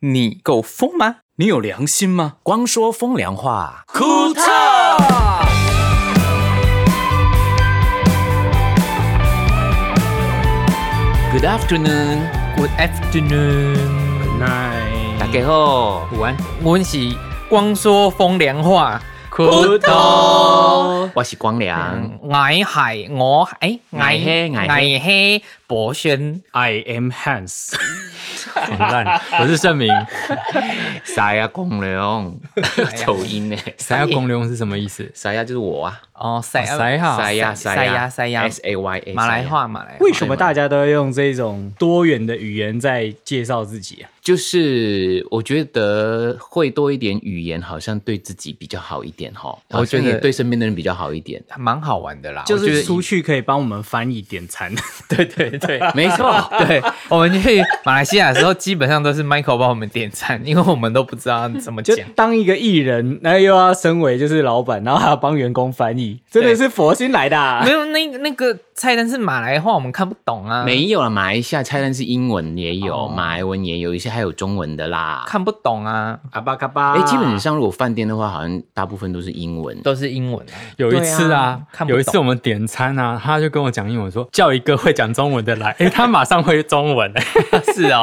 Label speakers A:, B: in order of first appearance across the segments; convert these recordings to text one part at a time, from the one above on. A: 你够疯吗？你有良心吗？
B: 光说风凉话，
A: 库特。
B: Good afternoon，
C: Good afternoon，
D: Good night，
B: 大家好，
D: 午安。
C: 我们是光说风凉话，苦头。
B: 我是光良。
C: 矮海我哎，
B: 矮黑矮黑
C: 矮黑博轩，
D: I am Hans，很烂。
C: 啊
D: 我是 盛明。
B: 啥呀，光良，口音呢？
D: 啥叫公룡是什么意思？
B: 啥呀，就是我啊。
C: 哦塞
D: 塞哈
B: 啥呀，
C: 塞呀塞呀，
B: 啊 S A 啊 Y A，
C: 马来话马来话，
D: 为什么大家都要用这种多元的语言在介绍自己啊？
B: 就是我觉得会多一点语言，好像对自己比较好一点哈。
C: 我觉得
B: 好像也对身边的人比较好一 点。
C: 蛮好玩的啦，
D: 就
C: 我觉
D: 是
C: 得
D: 出去可以帮我们翻译点餐。
C: 对对 对。
B: 没错，
C: 对我们去 马来西亚的时候，基本上都是 Michael 帮我们点餐，因为我们都不知道怎么
D: 就
C: 讲。
D: 当一个艺人，然后又要身为就是老板，然后还要帮员工翻译，真的是佛心来的、啊
C: 没。有那那个菜单是马来话，我们看不懂啊，
B: 没有了。马来西亚菜单是英文也有，
C: 哦
B: 马来文也有，有一些还有中文的啦。
C: 看不懂啊，
D: 阿巴嘎巴
B: 哎、基本上如果饭店的话，好像大部分都是英文。
C: 都是英文啊、
E: 有一次啊，
C: 看不懂
E: 有一次我们点餐啊，他就跟我讲英文说，叫一个会讲中文的来，诶，他马上会中文、诶
C: 是 哦，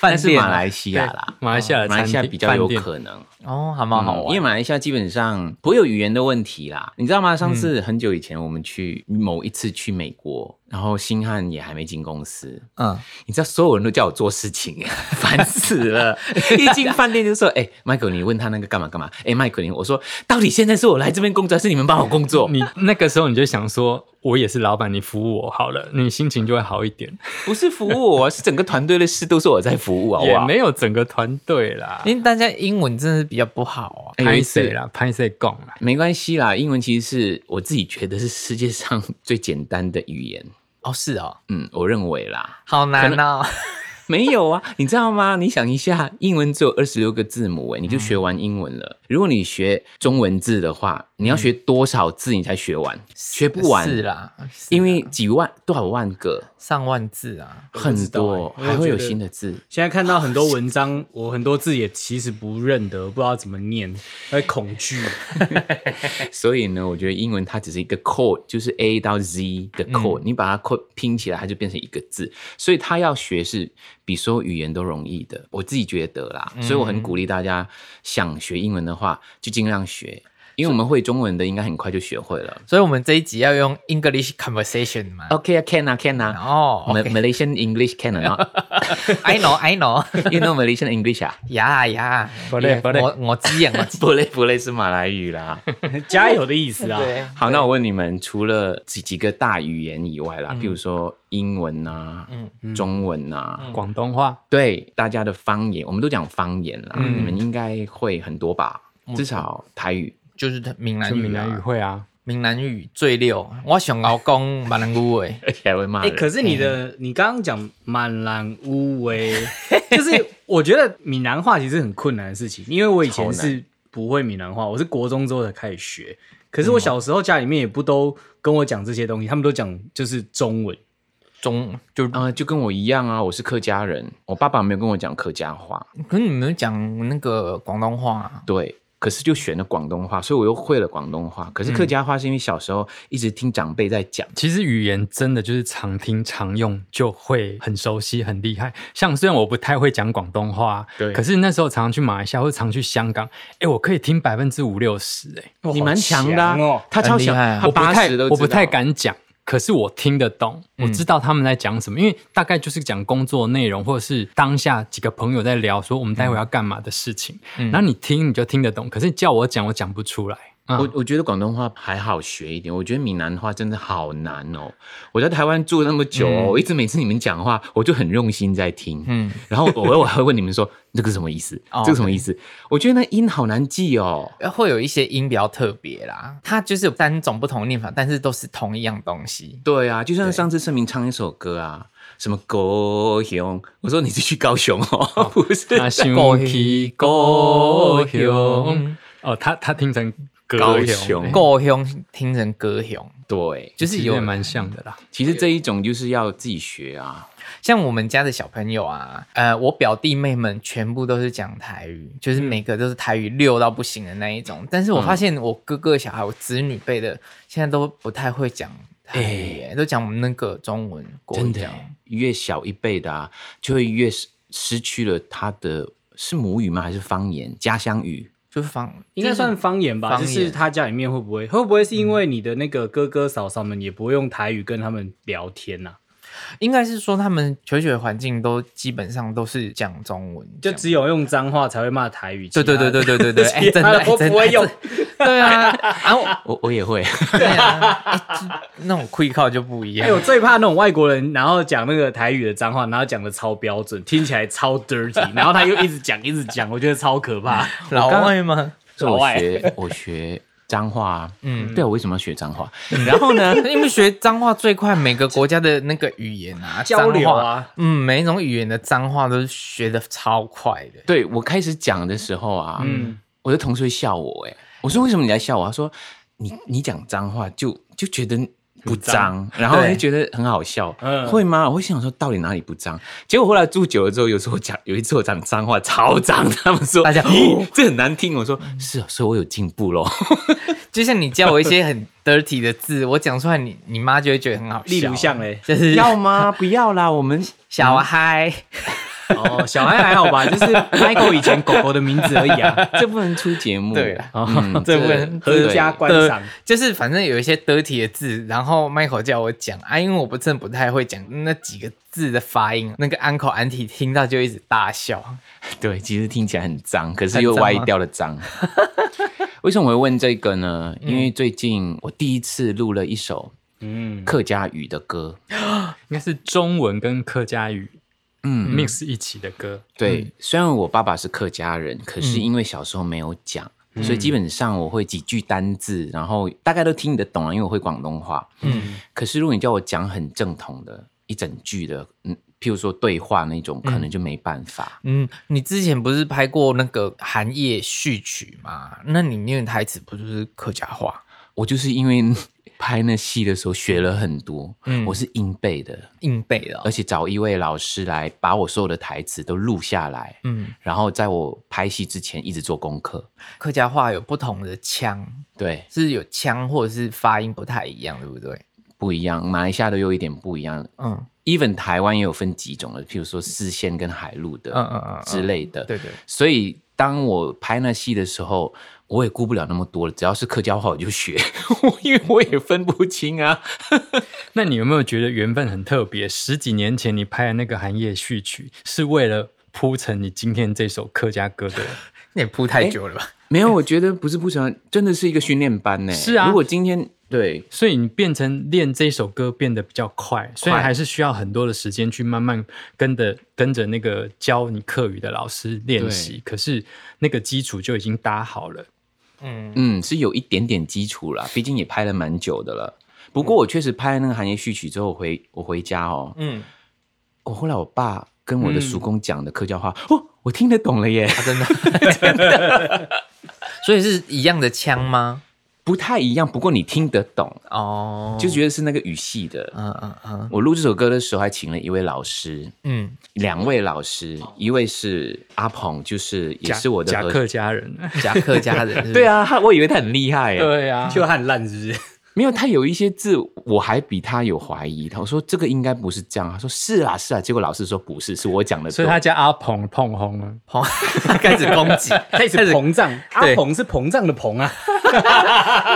C: 饭
B: 但是
C: 店啊
B: 马来西亚啦，
E: 马来西亚的
B: 马来
E: 餐
B: 西亚
E: 厅
B: 比较有
E: 饭店
B: 可能，嗯
C: 哦，还蛮好
B: 因为
C: 玩。
B: 马来西亚基本上不会有语言的问题啦。你知道吗？上次
C: 嗯
B: 很久以前我们去某一次去美国，然后星汉也还没进公司，
C: 嗯，
B: 你知道所有人都叫我做事情， 烦死 了。一进饭店就说：“哎、m i c h a e l 你问他那个干嘛干嘛？”哎、m i c h a e l 我说到底现在是我来这边工作，还是你们帮我工作？
E: 你那个时候你就想说，我也是老板，你服务我好了，你心情就会好一点，
B: 不是服务我，是整个团队的事都是我在服
D: 啊
B: 务，好啊不
E: 也
B: 好？
E: 没有整个团队啦，
C: 因为大家英文真的是比较不好啊。
B: 哎有
E: 拍
B: 一次
E: 谁啦，拍谁供啦，
B: 没关系啦，英文其实是我自己觉得是世界上最简单的语言。
C: 哦，是哦，
B: 嗯，我认为啦，
C: 好难哦。
B: 没有啊， 你知道吗？你想一下，英文只有二十六个字母，哎，你就学完英文了。如果你学中文字的话，你要学多少字你才学完？学不完，
C: 是啦，是啦
B: 因为几万多少万个，
C: 上万字啊，
B: 很多，
D: 我也觉得
B: 还会有新的字。
D: 现在看到很多文章，我很多字也其实不认得，不知道怎么念，会恐 惧。
B: 所以呢，我觉得英文它只是一个 code，就是 A 到 Z 的 code，、你把它 code 拼起来，它就变成一个字。所以它要学是比所有语言都容易的，我自己觉得啦。所以我很鼓励大家，想学英文的话，就尽量学，因为我们会中文的，应该很快就学会了。
C: 所以我们这一集要用 English conversation 嘛。
B: OK 啊，can 啊，can 啊。
C: 哦
B: Ma- Malaysian English can or not?
C: ，I know，I know，
B: You know Malaysian English 啊？
C: 呀呀，
D: 不累不累
C: 我我知呀，我 知。
B: 不累不累是马来语啦。
D: 加油的意思 啊！
C: 对，
B: 好，那我问你们，除了几几个大语言以外啦，譬如说英文呐、
C: 嗯
B: 中文啊呐、
E: 广东话
B: 对大家的方言，我们都讲方言啦，
E: 嗯
B: 你们应该会很多吧？至少台语。
C: 就是闽南
D: 哎
E: 就闽
C: 语
E: 南语
C: 啊，
E: 会啊，
C: 闽南语最溜。我想要讲闽南语诶，
B: 而且还会骂
D: 哎、
B: 人，
D: 可是你的，你刚刚讲满兰乌 为，就是我觉得闽南话其实很困难的事情，因为我以前
B: 超
D: 是不会闽南话，我是国中之后才开始学。
E: 嗯
D: 可是我小时候家里面也不都跟我讲这些东西，他们都讲就是中文。
C: 中就
B: 啊、就跟我一样啊，我是客家人，我爸爸没有跟我讲客家话，
C: 可是你们讲那个广东话啊，
B: 对，可是就选了广东话，所以我又会了广东话。可是
E: 嗯
B: 客家话是因为小时候一直听长辈在讲，
E: 其实语言真的就是常听常用就会很熟悉很厉害。像虽然我不太会讲广东话，
B: 对
E: 可是那时候常常去马来西亚或者常去香港，诶，我可以听百分之五六十，哎，
D: 哇
B: 你蛮强的、啊
D: 好强哦
B: 他超强，
C: 很厉害啊
B: 他
E: 我不
B: 八
E: 太
B: 十都
E: 我不
B: 知道
E: 太敢讲，可是我听得懂，
D: 嗯
E: 我知道他们在讲什么，因为大概就是讲工作内容，或者是当下几个朋友在聊说我们待会要干嘛的事情，
D: 嗯
E: 然后你听你就听得懂，可是叫我讲我讲不出来。嗯
B: 我我觉得广东话还好学一点，我觉得闽南话真的好难哦。我在台湾住那么久、
E: 嗯
B: 哦，我一直每次你们讲话，我就很用心在听，嗯，然后我我还会问你们说这个什么意思，
C: 哦
B: 这个什么意思？我觉得那音好难记哦。
C: 呃会有一些音比较特别啦。它就是有三种不同的念法，但是都是同一样东西。
B: 对啊，就像上次盛明唱一首歌啊，什么高雄，我说你是去高雄哦， 不是
E: 啊，想起高 雄，哦，他他听成
B: 高
E: 高
B: 雄
E: 雄，
C: 高雄听成歌雄，
B: 对，
C: 就
E: 其
C: 是
E: 实
C: 有
E: 也蛮像的啦。
B: 其实这一种就是要自己学啊，
C: 像我们家的小朋友啊，呃，我表弟妹们全部都是讲台语，就是
D: 嗯
C: 每个都是台语溜到不行的那一种。但是我发现我哥哥的小孩，我子女辈的，现在都不太会讲台语
D: 哎
C: 耶、都讲我们那个中文国语
B: 真
C: 这
B: 的欸
C: 样。
B: 越小一辈的啊，就会越失失去了他的是母语吗？还是方言、家乡语？
C: 就是放
D: 应该算方言吧，
C: 方
D: 就
C: 言
D: 是他家里面会不会会不会是因为你的那个哥哥嫂嫂们也不会用台语跟他们聊天呐、啊
E: 嗯
C: 应该是说他们求学环境都基本上都是讲中文，
D: 就
C: 这样
D: 只有用脏话才会骂台语。
C: 对对对对对对对，哎，
D: 其
C: 真
D: 他
C: 的
D: 的
C: 哎
D: 我
C: 真
D: 不
C: 的
D: 会用，
C: 对啊， 啊，我
B: 我我也 会，
C: 对啊，哎这那种会靠就不一
D: 其他的。
C: 样
D: 哎，。我最怕那种外国人，然后讲那个台语的脏话，然后讲的超标准，听起来超 dirty，然后他又一直讲一直讲，我觉得超可怕。
C: 老外 吗？
B: 所以我
D: 老外
B: 学我学脏话、啊。
C: 嗯
B: 嗯，对啊，我为什么要学脏话？然后呢？
C: 因为学脏话最快，每个国家的那个语言啊，
D: 交流
C: 脏
D: 啊
C: 话，嗯，每一种语言的脏话都是学的超快的。
B: 对我开始讲的时候啊，
D: 嗯
B: 我的同事会笑我、欸，我说为什么你在笑我？他说你你讲脏话就就觉得不脏，然后
C: 对
B: 就觉得很好笑，
D: 嗯
B: 会吗？我会想说到底哪里不脏？结果后来住久了之后，有时候我讲有一次我讲脏话超脏，他们说
C: 大家
B: 咦这很难听，我说是啊，所以我有进步咯。
C: 就像你教我一些很 dirty 的字，我讲出来你，你妈就会觉得很好笑。
D: 例如像嘞，
C: 就是
B: 要吗？不要啦，我们
C: 小嗨，
D: 哦，小孩还 好吧，就是 Michael 以前狗狗的名字而已啊。
B: 这不能出节目，
C: 对啦
B: 嗯
C: 这不能
D: 合家观赏，
C: 就是反正有一些 dirty 的字，然后 Michael 叫我讲啊，因为我不真的不太会讲那几个字的发音，那个 uncle auntie 听到就一直大笑。
B: 对，其实听起来很脏，可是又歪掉了 脏。为什么我会问这个呢？因为最近我第一次录了一首
D: 嗯，
B: 客家语的歌，
E: 应该是中文跟客家语
B: 嗯，
E: mix 一起的歌。
B: 对。虽然我爸爸是客家人，可是因为小时候没有讲，所以基本上我会几句单字，然后大概都听得懂了，因为我会广东话。
C: 嗯
B: 可是如果你叫我讲很正统的一整句的，嗯，譬如说对话那种，可能就没办法。
C: 嗯，你之前不是拍过那个寒夜序曲吗？那里面的台词不就是客家话
B: 我就是因为 拍那戏的时候学了很多，
C: 嗯
B: 我是硬背的。
C: 硬背的哦、
B: 而且找一位老师来把我所有的台词都录下来，
C: 嗯，
B: 然后在我拍戏之前一直做功课。
C: 客家话有不同的腔，
B: 对，
C: 是有腔或者是发音不太一样，对不对？
B: 不一样，马来西亚都有一点不一样。
C: 嗯
B: even 台湾也有分几种的，譬如说四线跟海陆的，
C: 嗯嗯嗯嗯
B: 之类的。
C: 对对
B: 所以当我拍那戏的时候，我也顾不了那么多了，只要是客家话我就学， 因为我也分不清啊。
E: 那你有没有觉得缘分很特别？十几年前你拍的那个《寒夜序曲》，是为了铺成你今天这首客家歌 的。
C: 那也铺太久了吧？
B: 没有，我觉得不是不喜欢，真的是一个训练班呢。
E: 是啊
B: 如果今天对
E: 所以你变成练这首歌变得比较快，虽然还是需要很多的时间去慢慢跟着跟着那个教你课语的老师练习，可是那个基础就已经搭好了。
C: 嗯，
B: 嗯，是有一点点基础啦，毕竟也拍了蛮久的了。不过我确实拍了那个《寒夜序曲》之后，我回我回家哦，
C: 嗯，
B: 我、后来我爸跟我的叔公讲的客家话，哦，我听得懂了耶，
C: 嗯啊、真的，所以是一样的腔吗？
B: 不太一样，不过你听得懂，
C: 哦，
B: 就觉得是那个语系的。
C: 嗯嗯嗯
B: 我录这首歌的时候还请了一位老师，
C: 嗯，哦
B: 两位老师，一位是阿鹏，就是也
E: 假
B: 是我的
E: 假
B: 合
E: 客家 人，
B: 啊
C: 假客家人是不是
B: 对，啊，他我以为他很厉害耶，
E: 对啊，
D: 就很烂是 不是？
B: 没有，他有一些字我还比他有怀疑。他我说这个应该不是这样，他说是啊是啊，结果老师说不是，是我讲的。
E: 所以他叫阿鹏碰轰了。
C: 彭 开始攻击，
D: 开始膨胀，阿
C: 对
D: 鹏是膨胀的膨啊。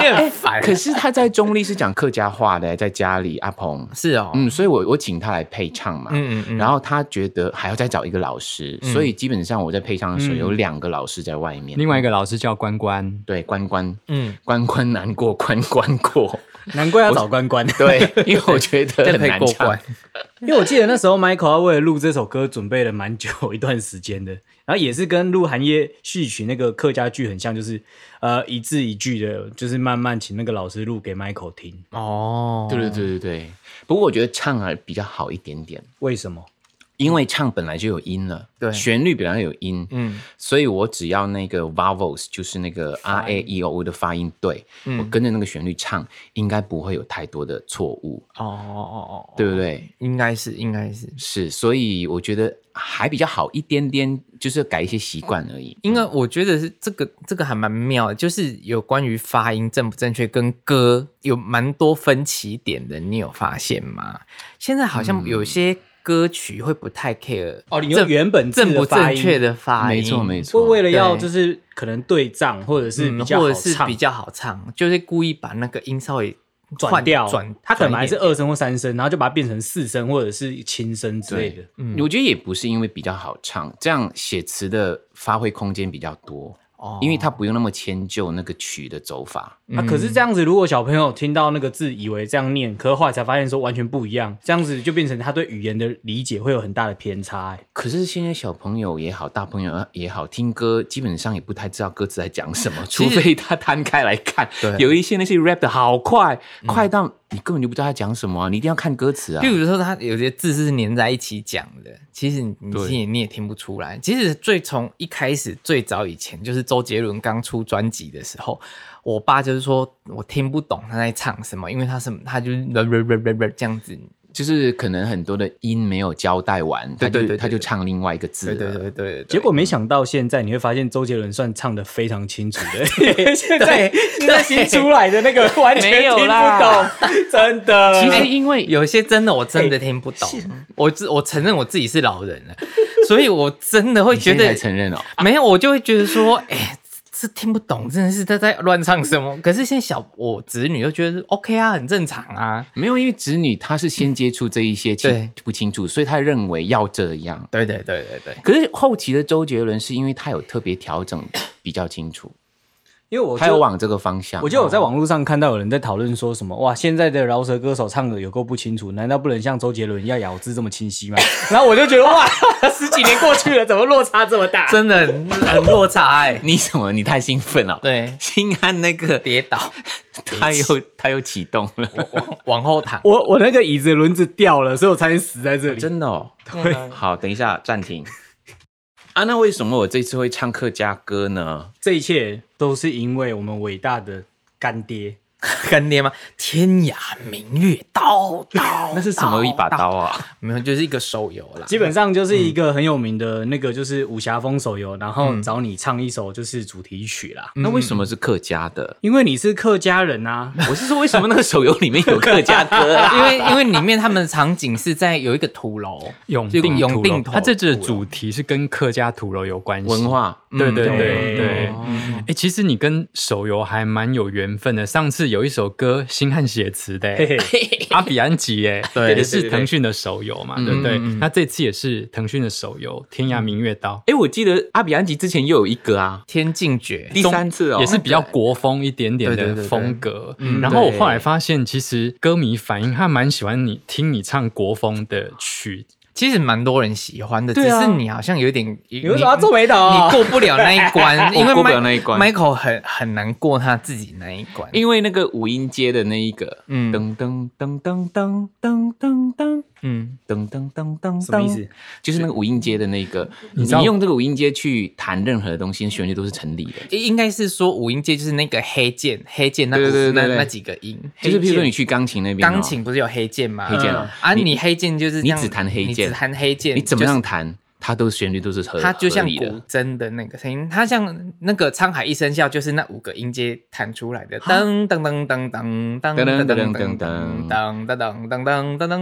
C: 你很烦。
B: 可是他在中立是讲客家话的，在家里阿鹏，
C: 是哦，
B: 嗯，所以我我请他来配唱嘛，
C: 嗯嗯嗯
B: 然后他觉得还要再找一个老师，所以基本上我在配唱的时候有两个老师在外面，
E: 另外一个老师叫关关，
B: 对关关。
C: 嗯，
B: 关关难过关关 过，
D: 难怪要找关关，
B: 对， 因为我觉得
C: 真
B: 很
C: 的可以
B: 难
C: 过
B: 唱
C: 关。。
D: 因为我记得那时候 Michael 他为了录这首歌准备了蛮久 一段时间的，然后也是跟录《寒夜序曲》那个客家剧很像，就是呃一字一句的，就是慢慢请那个老师录给 Michael 听。
C: 哦，
B: 对对对对对，不过我觉得唱还比较好一点点，
D: 为什么？
B: 因为唱本来就有音了，
C: 对
B: 旋律本来有音，
C: 嗯
B: 嗯，所以我只要那个 vowels，就是那个 r a e o u 的发音对，
C: 嗯
B: 我跟着那个旋律唱，应该不会有太多的错误，
C: 哦哦哦，
B: 对不对？
C: 应该是应该是，
B: 是，所以我觉得还比较好一点点，就是改一些习惯而已。
C: 因为我觉得是这个这个还蛮妙的，就是有关于发音正不正确跟歌有蛮多分歧点的，你有发现吗？现在好像有些歌曲会不太 care
D: 哦你用
C: 正
D: 原本字
C: 正不
D: 的发
C: 正
D: 音
C: 确的发
B: 没
C: 音，
B: 错，没
D: 会
B: 错。
D: 为了要
C: 对
D: 就是可能对仗或者是比
C: 嗯
D: 较
C: 或
D: 好
C: 者是
D: 唱
C: 比较好唱，就是故意把那个音稍微换
D: 转调，
C: 转，
D: 它可能本
C: 转
D: 来
C: 一
D: 是
C: 点
D: 二声或三声，然后就把它变成四声或者是轻声之类的。
B: 我觉得也不是因为比较好唱，这样写词的发挥空间比较多，
C: 哦
B: 因为它不用那么迁就那个曲的走法。
D: 啊，可是这样子，如果小朋友听到那个字，以为这样念，可是后来才发现说完全不一样，这样子就变成他对语言的理解会有很大的偏差、欸。
B: 可是现在小朋友也好，大朋友也好，听歌基本上也不太知道歌词在讲什么， 除非他摊开来看
C: 对。嗯
B: 有一些那些 rap 的好快，快到你根本就不知道他讲什么啊、你一定要看歌词啊
C: 比。如说，它有些字是粘在一起讲的，其实你你
B: 对
C: 自己你也听不出来。其实最从一开始最早以前，就是周杰伦刚出专辑的时候，我爸就是说我听不懂他在唱什么，因为他什么他就是 这样子。
B: 就是可能很多的音没有交代完，他
C: 对
B: 就
C: 对对对
B: 他就唱另外一个字
C: 对对
B: 了。
C: 对对对，
D: 啊结果没想到现在你会发现，周杰伦算唱的非常清楚的、欸。现在现在新出来 的那个完全
C: 没有
D: 听不
C: 啦
D: 懂，真的。
B: 其实因为
C: 哎有些真的我真的听不懂，我自我承认我自己是老人了， 所以我真的会
B: 你
C: 觉
B: 现在才
C: 得
B: 承认哦，
C: 没有，我就会觉得说， 哎、这听不懂，真的是他在乱唱什么。可是现在小我子女又觉得 OK 啊，很正常啊。
B: 没有，因为子女他是先接触这一些清
C: 对
B: 不清楚，所以他认为要这样。
C: 对对对对对，
B: 可是后期的周杰伦是因为他有特别调整，比较清楚，
D: 因为我
B: 他
D: 就
B: 有往这个方向。
D: 我记得我在网络上看到有人在讨论说什么，哇，现在的饶舌歌手唱的有够不清楚，难道不能像周杰伦一样咬字这么清 晰吗？然后我就觉 得哇，十几年过去了，怎么落差这么大？
C: 真的很很落差哎、
B: 你怎么你太兴奋了？，
C: 对，
B: 新安那个
C: 跌倒，
B: 他又他又启动了，
C: 往后躺。
D: 我我那个椅子轮子掉了，所以我差点死在这里。
B: 真的哦。好，等一下暂停。啊，那为什么我这次会唱客家歌呢？
D: 这一切都是因为我们伟大的干爹，
C: 干爹吗？天涯明月刀 刀，
B: 那是什么一把刀
C: 啊？
B: 啊？
C: 没有，就是一个手游啦。
D: 基本上就是一个很有名的那个就是武侠风手游，然后找你唱一首就是主题曲啦。
B: 那为什么是客家的？
D: 因为你是客家人啊，
B: 我是说，为什么那个手游里面有客家 歌啊？
C: 因为因为里面他们的场景是在有一个土楼，
E: 永
C: 就
E: 定
C: 永
E: 土
C: 定
E: 楼，
C: 土
E: 它这次的主题是跟客家土楼有关系。
B: 文，化
E: 对对
C: 嗯
E: 对
D: 对
E: 对。
B: 哦
E: 哎、其实你跟手游还蛮有缘分的。上次有一首歌《星汉写词》的、
D: 嘿嘿，
E: 阿比安吉哎，
C: 对嗯
E: 也是腾讯的手游嘛，对不对？那这次也是腾讯的手游《天涯明月刀
B: 哎、我记得阿比安吉之前又有一个啊，
C: 天境诀。
B: 第三次》，哦，
E: 也是比较国风一点点
C: 对对
E: 的
C: 对嗯对
E: 风格。然后我后来发现，其实歌迷反应还蛮喜欢你听你唱国风的曲，
C: 其实蛮多人喜欢的，只
D: 对啊
C: 是你好像有点，你
D: 你为什么要皱眉头
C: 你 过不了那一 关，因为
B: 过不
C: Mi-
B: 了那一关
C: Michael 很很难过他自己那一关，
B: 因为那个五音阶的那一个，
C: 嗯
B: 嗯，噔噔噔噔噔噔噔噔
C: 嗯，
B: 噔噔噔噔，
D: 什么意思？
B: 就是那个五音阶的那个，你
E: 知道
B: 用这个五音阶去弹任何的东西，旋律都是成立的。
C: 应应该是说五音阶就是那个黑键，黑键那
B: 对对对对
C: 那
B: 对
C: 那几个音，
B: 就是譬如说你去钢琴那边、哦
C: 钢，琴不是有黑键吗？
B: 黑键
C: 嗯
B: 啊
C: 啊，你黑键就是这样
B: 你只弹黑键
C: 你只弹黑键，
B: 你怎么
C: 就
B: 样
C: 是？
B: 弹，它都旋律都是合，
C: 它就像
B: 合理
C: 古
B: 的。
C: 筝的那个声音，它像那个沧海一声笑，就是那五个音阶弹出来的，噔噔噔噔噔噔噔噔噔噔噔噔噔噔噔噔噔噔噔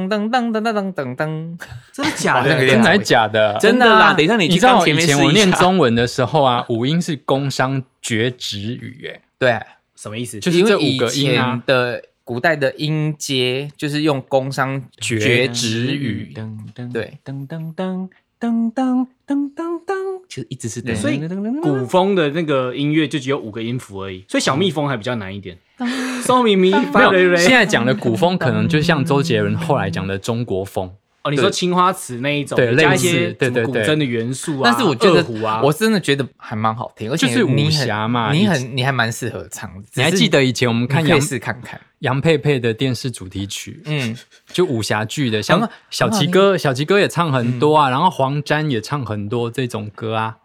C: 噔噔噔噔噔。
D: 真的假
C: 哇那个
D: 的？
C: 对
E: 真的
C: 啊
E: 还假的？
B: 真的啦，等一下你
E: 你
B: 去
E: 知道
B: 钢
E: 我
B: 琴
E: 以
B: 前面
E: 前
B: 试
E: 我
B: 一
E: 念
B: 下。
E: 中文的时候啊， 五音是工商绝指语，哎，
C: 对，
D: 什么意思？
E: 就是
C: 因
E: 这
C: 为
E: 五
C: 以
E: 个音
C: 前
E: 啊。
C: 的古代的音阶就是用工商
E: 绝
C: 绝指语，
B: 噔噔
C: 对，
B: 噔噔噔噔噔噔噔噔，其实一直是噔，
D: 所以
B: 噔噔噔噔
D: 古风的那个音乐就只有五个音符而已，所以小蜜蜂还比较难一点。嗦咪咪
E: 没
D: 发瑞
E: 有，现
D: 瑞，
E: 在讲的古风可能就像周杰伦后来讲的中 国风，
D: 哦，你说青花瓷那一种，
E: 对
D: 加
E: 类
D: 一
E: 似
D: 些
E: 对
D: 什么
E: 对
D: 古
E: 对
D: 筝的元素啊，
C: 但是我觉
D: 二胡
C: 得
D: 啊，
C: 我真的觉得还蛮好听，而且
E: 就是
C: 你
E: 武
C: 很
E: 侠嘛
C: 你
E: 以
C: 很你还蛮适合唱的，
E: 你还
C: 只是
E: 记得以前我们
C: 你
E: 看
C: 可
E: 杨
C: 以试看看，
E: 杨佩佩的电视主题曲，
C: 嗯，
E: 就武侠剧的，像
B: 嗯
C: 很好
E: 小齐哥，小齐哥也唱很多啊，然后黄沾也唱很多这种 歌啊。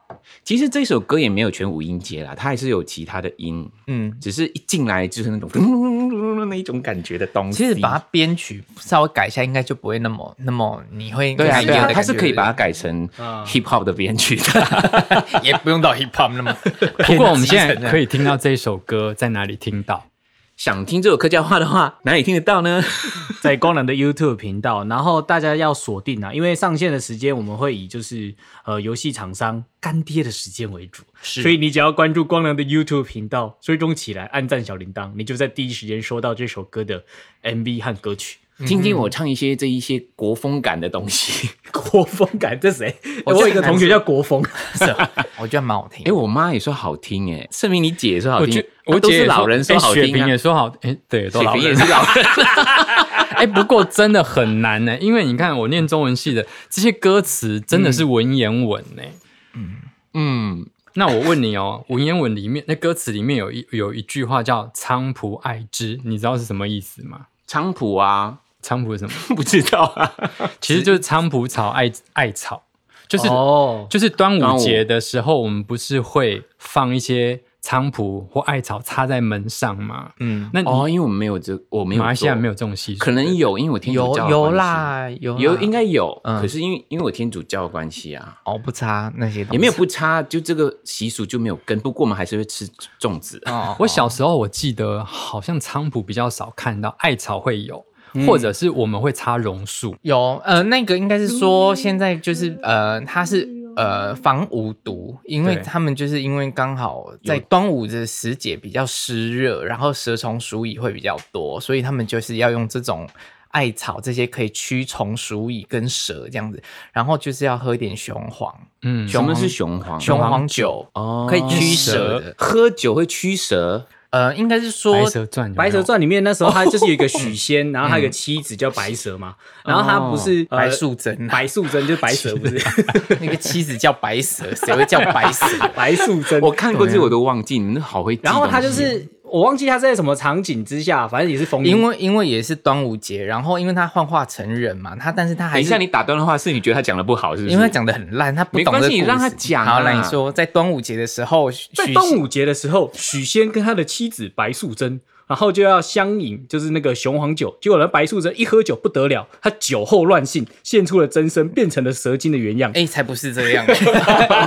B: 其实这首歌也没有全五音阶啦，它还是有其他的音，
C: 嗯
B: 只是一进来就是那种咚咚咚咚咚那一种感觉的东西。
C: 其实把它编曲稍微改一下，应该就不会那么那么你会
B: 对啊，
C: 那么
B: 对
C: 厌
B: 啊，
C: 的
B: 它
C: 感觉
B: 是可以把它
C: 对
B: 改成
E: 啊
B: hip hop 的编曲的。
C: 不对 也不用到 hip hop 那么。
E: 不过我们现
C: 偏激
E: 在
C: 成
E: 可以听到这首歌在哪里听到？
B: 想听这首客家话的话，哪里听得到呢？
D: 在光南的 YouTube 频道，然后大家要锁定啊，因为上线的时间我们会以就是呃游戏厂商干爹的时间为主，所以你只要关注光良的 YouTube 频道，追踪起来，按赞小铃铛，你就在第一时间收到这首歌的 MV 和歌曲。
E: 嗯
B: 听听我唱一些这一些国风感的东 西。
D: 国风感，这谁？
C: 我
D: 我有一个同学叫国风，
C: 哦 我觉得蛮好听。
B: 哎，我妈也说好听，哎，盛明你姐也说好
E: 我
B: 听
E: 觉，我
B: 啊都
E: 姐
B: 是
E: 也
B: 老人说
E: 哎
B: 好
E: 雪
B: 听
E: 萍
B: 啊
E: 也，说好，哎，对，都
B: 雪
E: 老
B: 萍也
E: 人
B: 是。老人。
E: 哎，不过真的很难呢，因为你看我念中文系的，这些歌词真的是文言文呢。
B: 嗯，
E: 那我问你哦，文言文里面那歌词里面有一有一句话叫“菖蒲爱之”，你知道是什么意思吗？
B: 菖蒲啊，
E: 菖蒲是什么？
B: 不知道 啊。
E: 其实就是菖蒲草艾艾草，就是、
D: 哦，
E: 就是端
B: 端午
E: 午节的时候，我们不是会放一些菖蒲或艾草插在门上吗？
C: 嗯，
E: 那你、
B: 哦，因为我没有这，我没有做，
E: 马来西亚没有这种习俗，
B: 可能有，因为我天主
C: 有
B: 教的
C: 有
B: 关系，
C: 啦，有
B: 有
C: 啦
B: 应该有，
C: 嗯
B: 可是因为因为我天主教的关系啊，
C: 哦不差那些东西，
B: 也没有不差，就这个习俗就没有跟。不过我们还是会吃粽子，
C: 哦。
E: 我小时候我记得好像菖蒲比较少看到，艾草会有，或者是我们会插榕树。
C: 有，呃，那个应该是说现在就是呃，它是呃防无毒，因为
E: 对
C: 他们就是因为刚好在端午的时节比较湿热，然后蛇虫鼠蚁会比较多，所以他们就是要用这种。艾草这些可以驱虫鼠蚁跟蛇这样子，然后就是要喝一点雄黄
E: 嗯，
B: 什么是雄黄？
C: 雄黄酒，
B: 哦
C: 可以驱蛇的。
B: 喝酒会驱蛇，
C: 呃，应该是说
E: 白蛇传有没有，
D: 白蛇传》里面那时候他就是有一个 许仙，然后他有个妻子叫白蛇嘛，然后他不是呃
C: 白素贞啊，
D: 白素贞就是白蛇，不是
C: 那个妻子叫白蛇， 谁会叫白蛇？
D: 白素贞。
B: 我看过这个我都忘记，你们好会记东
D: 然
B: 西。
D: 后他就是我忘记他在什么场景之下，反正也是逢迎
C: 因为因为也是端午节，然后因为他幻化成人嘛，他但是他
B: 等
C: 还
B: 一
C: 是
B: 下你打断的话，是你觉得他讲的不好，是不是？
C: 因为他讲的很烂，他不懂
B: 没
C: 这
B: 关
C: 个
B: 系
C: 故
B: 你让
C: 事
B: 他讲啊
C: 好，那你说在端午节的时候，许
D: 在端午节的时候，许仙跟他的妻子白素贞，然后就要相饮，就是那个雄黄酒。结果呢，白素贞一喝酒不得了，她酒后乱性，现出了真身，变成了蛇精的原样。
C: 哎、才不是这 样，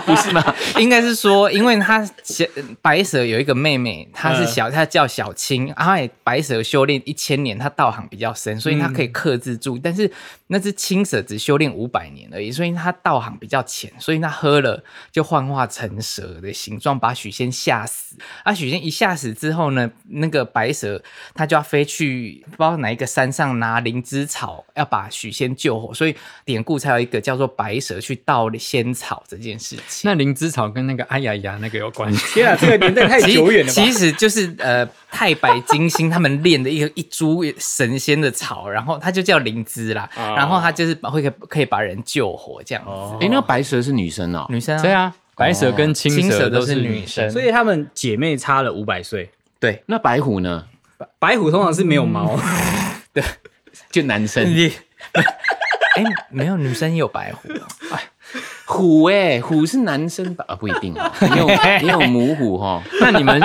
C: 不是吗？应该是说，因为他小白蛇有一个妹妹，她是
B: 嗯
C: 小，她叫小青，然后白蛇修炼一千年，她道行比较深，所以她
B: 嗯
C: 可以克制住。但是那只青蛇只修炼五百年而已，所以她道行比较浅，所以她喝了就幻化成蛇的形状，把许仙吓死。啊，许仙一吓死之后呢，那个白蛇他就要飞去不知道哪一个山上拿灵芝草，要把许仙救活，所以典故才有一个叫做白蛇去盗仙草这件事情。
E: 那灵芝草跟那个哎呀呀那个有关系。
D: 天啊，这个年 代太
C: 其
D: 久远了吧？
C: 其实就是呃，太白金星他们炼的一个一株神仙的草，然后它就叫灵芝啦，
D: 啊
C: 然后它就是把会可以把人救活这样子。
D: 哦
B: 哎，那白蛇是女生哦，
C: 女生
E: 对啊，白蛇跟青
C: 青蛇
E: 都
C: 都
E: 是
C: 是
E: 女
C: 女
E: 生。
C: 生，
D: 所以她们姐妹差了五百岁。
C: 对
B: 那白虎呢？
D: 白虎通常是没有毛，
B: 就男生
C: 你。哎、没有，女生也有白虎，哦
B: 虎哎，虎是男生吧？啊，不一定哦，也有也有母虎哦。
E: 那你们，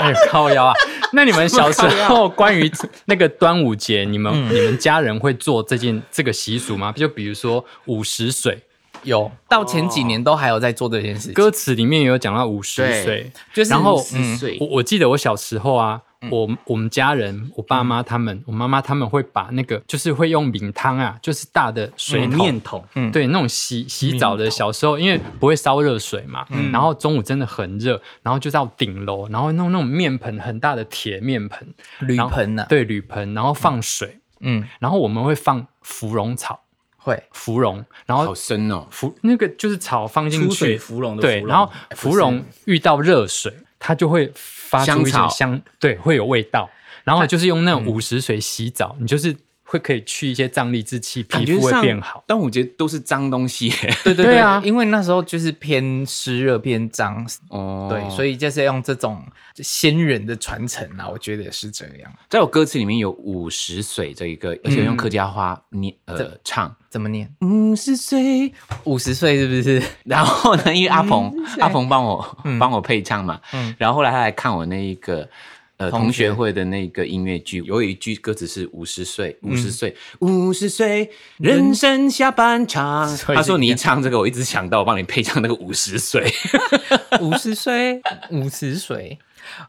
E: 哎呦靠腰啊！那你们小时候关于那个端午节，你们、你们家人会做这件这个习俗吗？就比如说午时水，
C: 有到前几年都还有在做这件事情。
E: 歌词里面也有讲到午时
B: 对
E: 水，
C: 就是
E: 然后
B: 十岁
E: 我我记得我小时候啊，我我们家人，我爸妈他们，我妈妈他们会把那个就是会用米汤啊，就是大的水桶。
D: 面桶。
C: 嗯
E: 对，那种洗洗澡的，小时候因为不会烧热水嘛，然后中午真的很热，然后就到顶楼，然后弄那种面盆很大的铁面盆，
C: 铝
E: 然后
C: 盆啊呐、，
E: 对，铝盆，然后放水，
C: 嗯，
E: 然后我们会放芙蓉草，
C: 会
E: 芙蓉，然 后
B: 好深哦，
E: 芙那个就是草放进去，
D: 出水芙蓉的芙蓉
E: 对，然后芙蓉遇到热水，它就会发出一
B: 香草
E: 种香，对，会有味道。然后就是用那种午时水洗澡，你就是会可以去一些瘴疠之气，
B: 感
E: 皮
B: 觉
E: 肤会
B: 上
E: 变好。
B: 端午节都是脏东西欸耶。
C: 对对
E: 对啊
C: 因为那时候就是偏湿热偏脏，
B: 哦
C: 对，所
B: 以
C: 以就是用这种先人的传承啊，我觉得也是这样。
B: 在我歌词里面有五十岁这一个，而且用客家话念、呃唱。
C: 怎么念？
B: 五十岁，
C: 五十岁是不 是？
B: 然后呢，因为阿鹏、阿鹏帮我、帮我配唱嘛，
C: 嗯
B: 然后后来他来看我那一个呃
C: 同
B: 同学
C: 学
B: 会的那个音乐剧，有一句歌词是五十岁，五
C: 嗯
B: 十岁，五十岁，人生下半场。
C: 所以
B: 他
C: 是
B: 说你一唱这个，我一直想到我帮你配唱那个五十岁。
C: 五十岁，五十岁，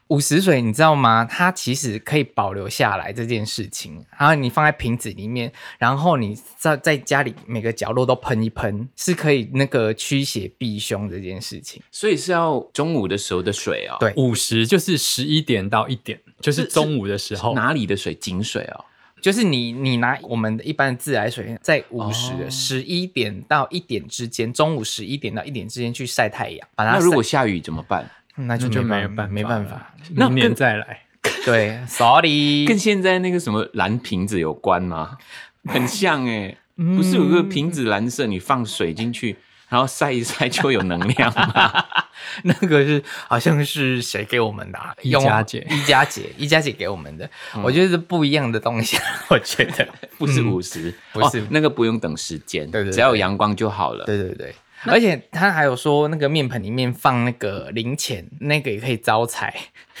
C: 五十岁，你知道吗？它其实可以保留下来这件事情，然后你放在瓶子里面，然后你在在家里每个角落都喷一喷，是可以那个驱邪避凶这件事情。
B: 所以是要中午的时候的水哦，
C: 对
E: 五十就是十一点到一点，就是中午的时候。
B: 哪里的水？井水哦，
C: 就是你，你拿我们的一般的自来水，在五十十一点到一点之间，中午十一点到一点之间去晒太阳，把它
B: 那
C: 晒
B: 如果下雨怎么办？
C: 那就
E: 就
C: 没
E: 没有
C: 办
E: 办
C: 没
E: 法
C: 办
E: 了
C: 法，
E: 明年再来。
C: 对，sorry，
B: 跟现在那个什么蓝瓶子有关吗？ 很像哎、不是有个瓶子蓝色，你放水进去，然后晒一晒就有能量吗？
C: 那个是好像是谁给我们的、啊？
E: 一
C: 用
E: 家姐
C: 一家姐，一家姐给我们的，我觉得是不一样的东西。啊我觉得，
B: 不是五十、
C: 不是
B: 嗯哦那个不用等时间，
C: 对对对
B: 只要有阳光就好了。
C: 对对对，而且他还有说，那个面盆里面放那个零钱，那个也可以招财，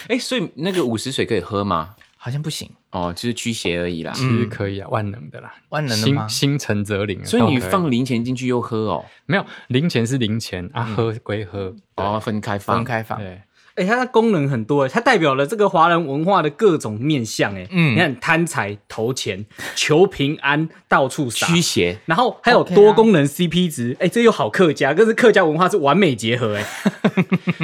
B: 哎、所以那个五十水可以喝吗？
C: 好像不行，
B: 哦，就是驱邪而已啦。
E: 其实可以啊，万能的啦，
C: 万能的吗
E: 心？心诚则灵啊。
B: 所以你
E: 都可
B: 放零钱进去又喝哦，
E: 没有零钱是零钱啊，喝归喝，
B: 哦，分开放，
C: 分开放，
E: 对，
D: 哎、它的功能很多、欸，它代表了这个华人文化的各种面向、欸。哎，
C: 嗯
D: 你看贪财、投钱、求平安，到处撒。
B: 驱邪。
D: 然后还有
C: OK 啊
D: 多功能 CP 值，哎、这又好客家，跟是客家文化是完美结合、哎，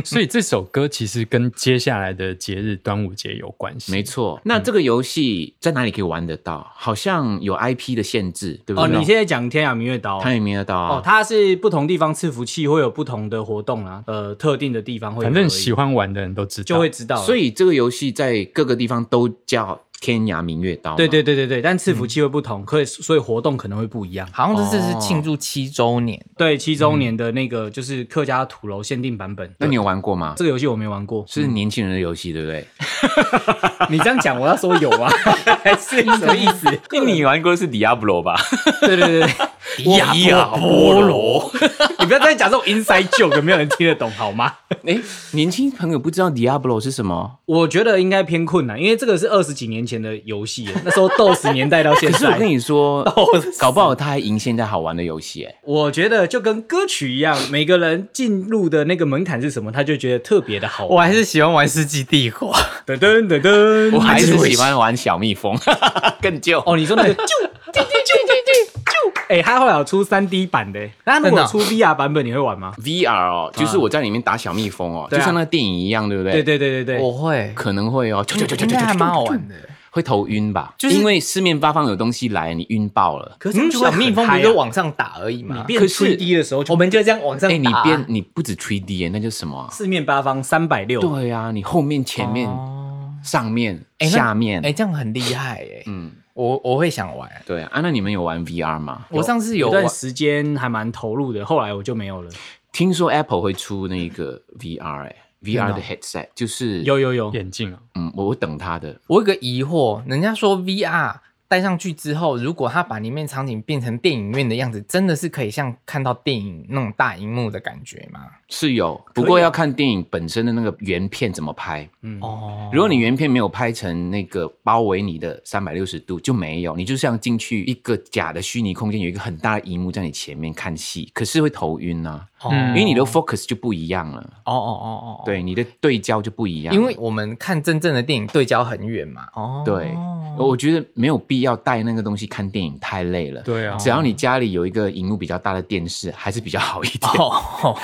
E: 所
B: 嗯
E: 以这首歌其实跟接下来的节日端午节有关系。
B: 没错，那这个游戏在哪里可以玩得到？好像有 IP 的限制，对不
D: 哦，
B: 对？
D: 你现在讲天涯明月刀，
B: 它也没得到啊。
D: 哦，它是不同地方伺服器会有不同的活动啊，呃，特定的地方会有而已，
E: 反正喜欢玩的人都知道，
D: 就会知道了。
B: 所以这个游戏在各个地方都叫天涯明月刀。
D: 对对，对对对，但伺服器会不同，可以所以活动可能会不一样。
C: 好像这次是庆祝七周年，
D: 对，七周年的那个就是客家土楼限定版本。
B: 嗯那你有玩过吗？
D: 这个游戏我没玩过，
B: 是年轻人的游戏，对不对？
D: 你这样讲，我要说有啊，还是什么意思？
B: 那你玩过的是 Diablo 吧？
D: 对对对 对，
B: 迪亚波罗。
D: 你不要再讲这种 inside joke，没有人听得懂好吗？
B: 哎，年轻朋友不知道 Diablo 是什么？
D: 我觉得应该偏困难，因为这个是二十几年前的游戏了，那时候 DOS 年代到 现
B: 可是我跟
D: 在。
B: 你 说，搞不好它还赢现在好玩的游戏。哎，
D: 我觉得就跟歌曲一样，每个人进入的那个门槛是什么，他就觉得特别的好
C: 我
D: 玩。
C: 还是喜欢玩《世纪帝国》。
D: 噔噔噔噔，
B: 我还是喜欢玩小蜜蜂， 更旧。
D: 哦，你说那个啾啾啾啾啾啾， 哎、他后来有出三 D 版的、那如
C: 真的
D: 果
C: 哦
D: 出 VR 版本，你会玩吗？
B: VR 哦，就是我在里面打小蜜蜂哦，
D: 对
B: 就
D: 啊
B: 像那个电影一样，对不对？
D: 对对对对对，
C: 我会，
B: 可能会哦，啾啾啾啾
C: 应
B: 啾
C: 该还
B: 啾
C: 蛮好
B: 啾，
C: 玩的。
B: 会头晕吧？
C: 就是
B: 因为四面八方有东西来，你晕爆了。
D: 可
C: 嗯，
D: 就会
C: 小蜜蜂
D: 很
C: 不
D: 嗨啊
C: 就往上打而已吗？
D: 变
B: 可是
D: 3D 的时候就，
C: 我们就这样往上
B: 哎、
C: 打。
B: 你变你不止3 D 耶，那叫什么、啊？
D: 四面八方三百六，
B: 对啊，你后面、前面、上面、
C: 哎哦那
B: 下面，
C: 哎，这样很厉害哎。
B: 嗯，
C: 我我会想玩。
B: 对啊啊。那你们有玩 VR 吗？
C: 我上次有
D: 有
C: 玩
D: 段时间还蛮投入的，后来我就没有了。
B: 听说 Apple 会出那个 VR 哎、VR
C: 啊
B: 的 headset 就是
D: 有有有，
E: 眼镜啊，
B: 嗯，我我等它的。
C: 我有个疑惑，人家说 VR 戴上去之后，如果它把里面场景变成电影院的样子，真的是可以像看到电影那种大荧幕的感觉吗？
B: 是有，不过要看电影本身的那个原片怎么拍。
C: 啊哦，
B: 如果你原片没有拍成那个包围你的三百六十度，就没有，你就像进去一个假的虚拟空间，有一个很大的荧幕在你前面看戏，可是会头晕啊，因
C: 嗯
B: 为你的 focus 就不一样了。
C: 哦哦哦哦，，
B: 对，你的对焦就不一样。
C: 因为我们看真正的电影对焦很远嘛。哦，
B: 对，我觉得没有必要带那个东西看电影，太累了。
E: 对啊
B: 只要你家里有一个荧幕比较大的电视，还是比较好一点。
C: 哦，